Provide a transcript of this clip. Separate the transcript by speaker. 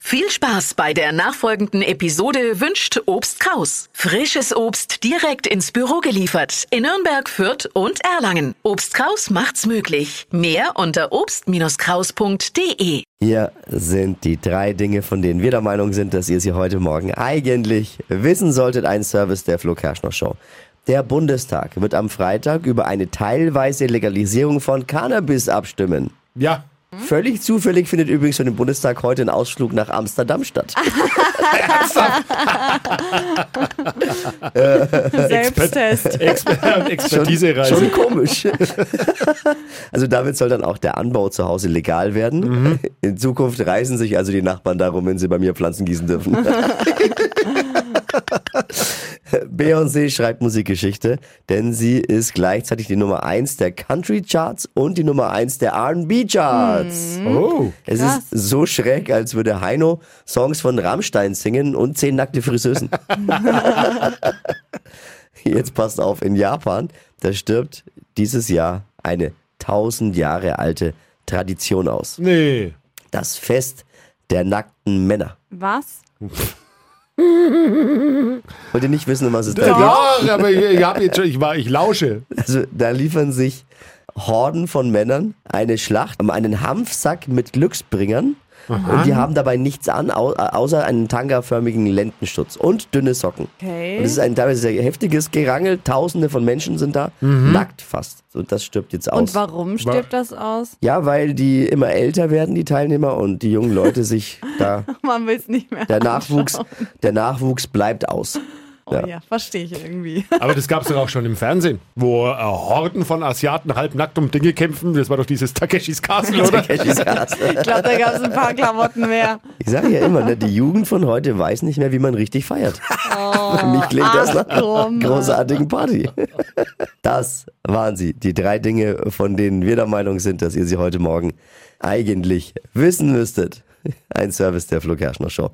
Speaker 1: Viel Spaß bei der nachfolgenden Episode wünscht Obst Kraus. Frisches Obst direkt ins Büro geliefert in Nürnberg, Fürth und Erlangen. Obst Kraus macht's möglich. Mehr unter obst-kraus.de.
Speaker 2: Hier sind die drei Dinge, von denen wir der Meinung sind, dass ihr sie heute Morgen eigentlich wissen solltet. Ein Service der Flo Kerschner Show. Der Bundestag wird am Freitag über eine teilweise Legalisierung von Cannabis abstimmen.
Speaker 3: Ja.
Speaker 2: Völlig zufällig findet übrigens schon im Bundestag heute ein Ausflug nach Amsterdam statt.
Speaker 4: Selbsttest.
Speaker 3: Exper Expertise-Reise.
Speaker 2: Schon komisch. also damit soll dann auch der Anbau zu Hause legal werden. In Zukunft reißen sich also die Nachbarn darum, wenn sie bei mir Pflanzen gießen dürfen. Beyoncé schreibt Musikgeschichte, denn sie ist gleichzeitig die Nummer 1 der Country Charts und die Nummer 1 der R&B Charts.
Speaker 3: Oh.
Speaker 2: Es
Speaker 4: Krass.
Speaker 2: ist so schräg, als würde Heino Songs von Rammstein singen und zehn nackte Friseusen. Jetzt passt auf, in Japan, da stirbt dieses Jahr eine 1000 Jahre alte Tradition aus.
Speaker 3: Nee.
Speaker 2: Das Fest der nackten Männer.
Speaker 4: Was?
Speaker 2: Wollt ihr nicht wissen, um was es da geht?
Speaker 3: Ja, aber ich, ich, hab jetzt schon, ich, war, ich lausche.
Speaker 2: Also, da liefern sich Horden von Männern eine Schlacht um einen Hanfsack mit Glücksbringern. Und die haben dabei nichts an, au- außer einen tangaförmigen Lendenschutz und dünne Socken.
Speaker 4: Okay.
Speaker 2: Und es ist ein teilweise sehr heftiges Gerangel. Tausende von Menschen sind da, nackt fast. Und das stirbt jetzt aus.
Speaker 4: Und warum stirbt das aus?
Speaker 2: Ja, weil die immer älter werden, die Teilnehmer, und die jungen Leute sich da.
Speaker 4: Man will es nicht mehr.
Speaker 2: Der Nachwuchs, der Nachwuchs bleibt aus.
Speaker 4: Oh, ja, verstehe ich irgendwie.
Speaker 3: Aber das gab es doch auch schon im Fernsehen, wo äh, Horden von Asiaten halbnackt um Dinge kämpfen. Das war doch dieses Takeshis Castle, oder?
Speaker 4: Ich glaube, da gab es ein paar Klamotten mehr.
Speaker 2: Ich sage ja immer, ne, die Jugend von heute weiß nicht mehr, wie man richtig feiert. Für mich klingt das nach
Speaker 4: komm.
Speaker 2: einer großartigen Party. Das waren sie, die drei Dinge, von denen wir der Meinung sind, dass ihr sie heute Morgen eigentlich wissen müsstet. Ein Service der Flo Kerschner Show.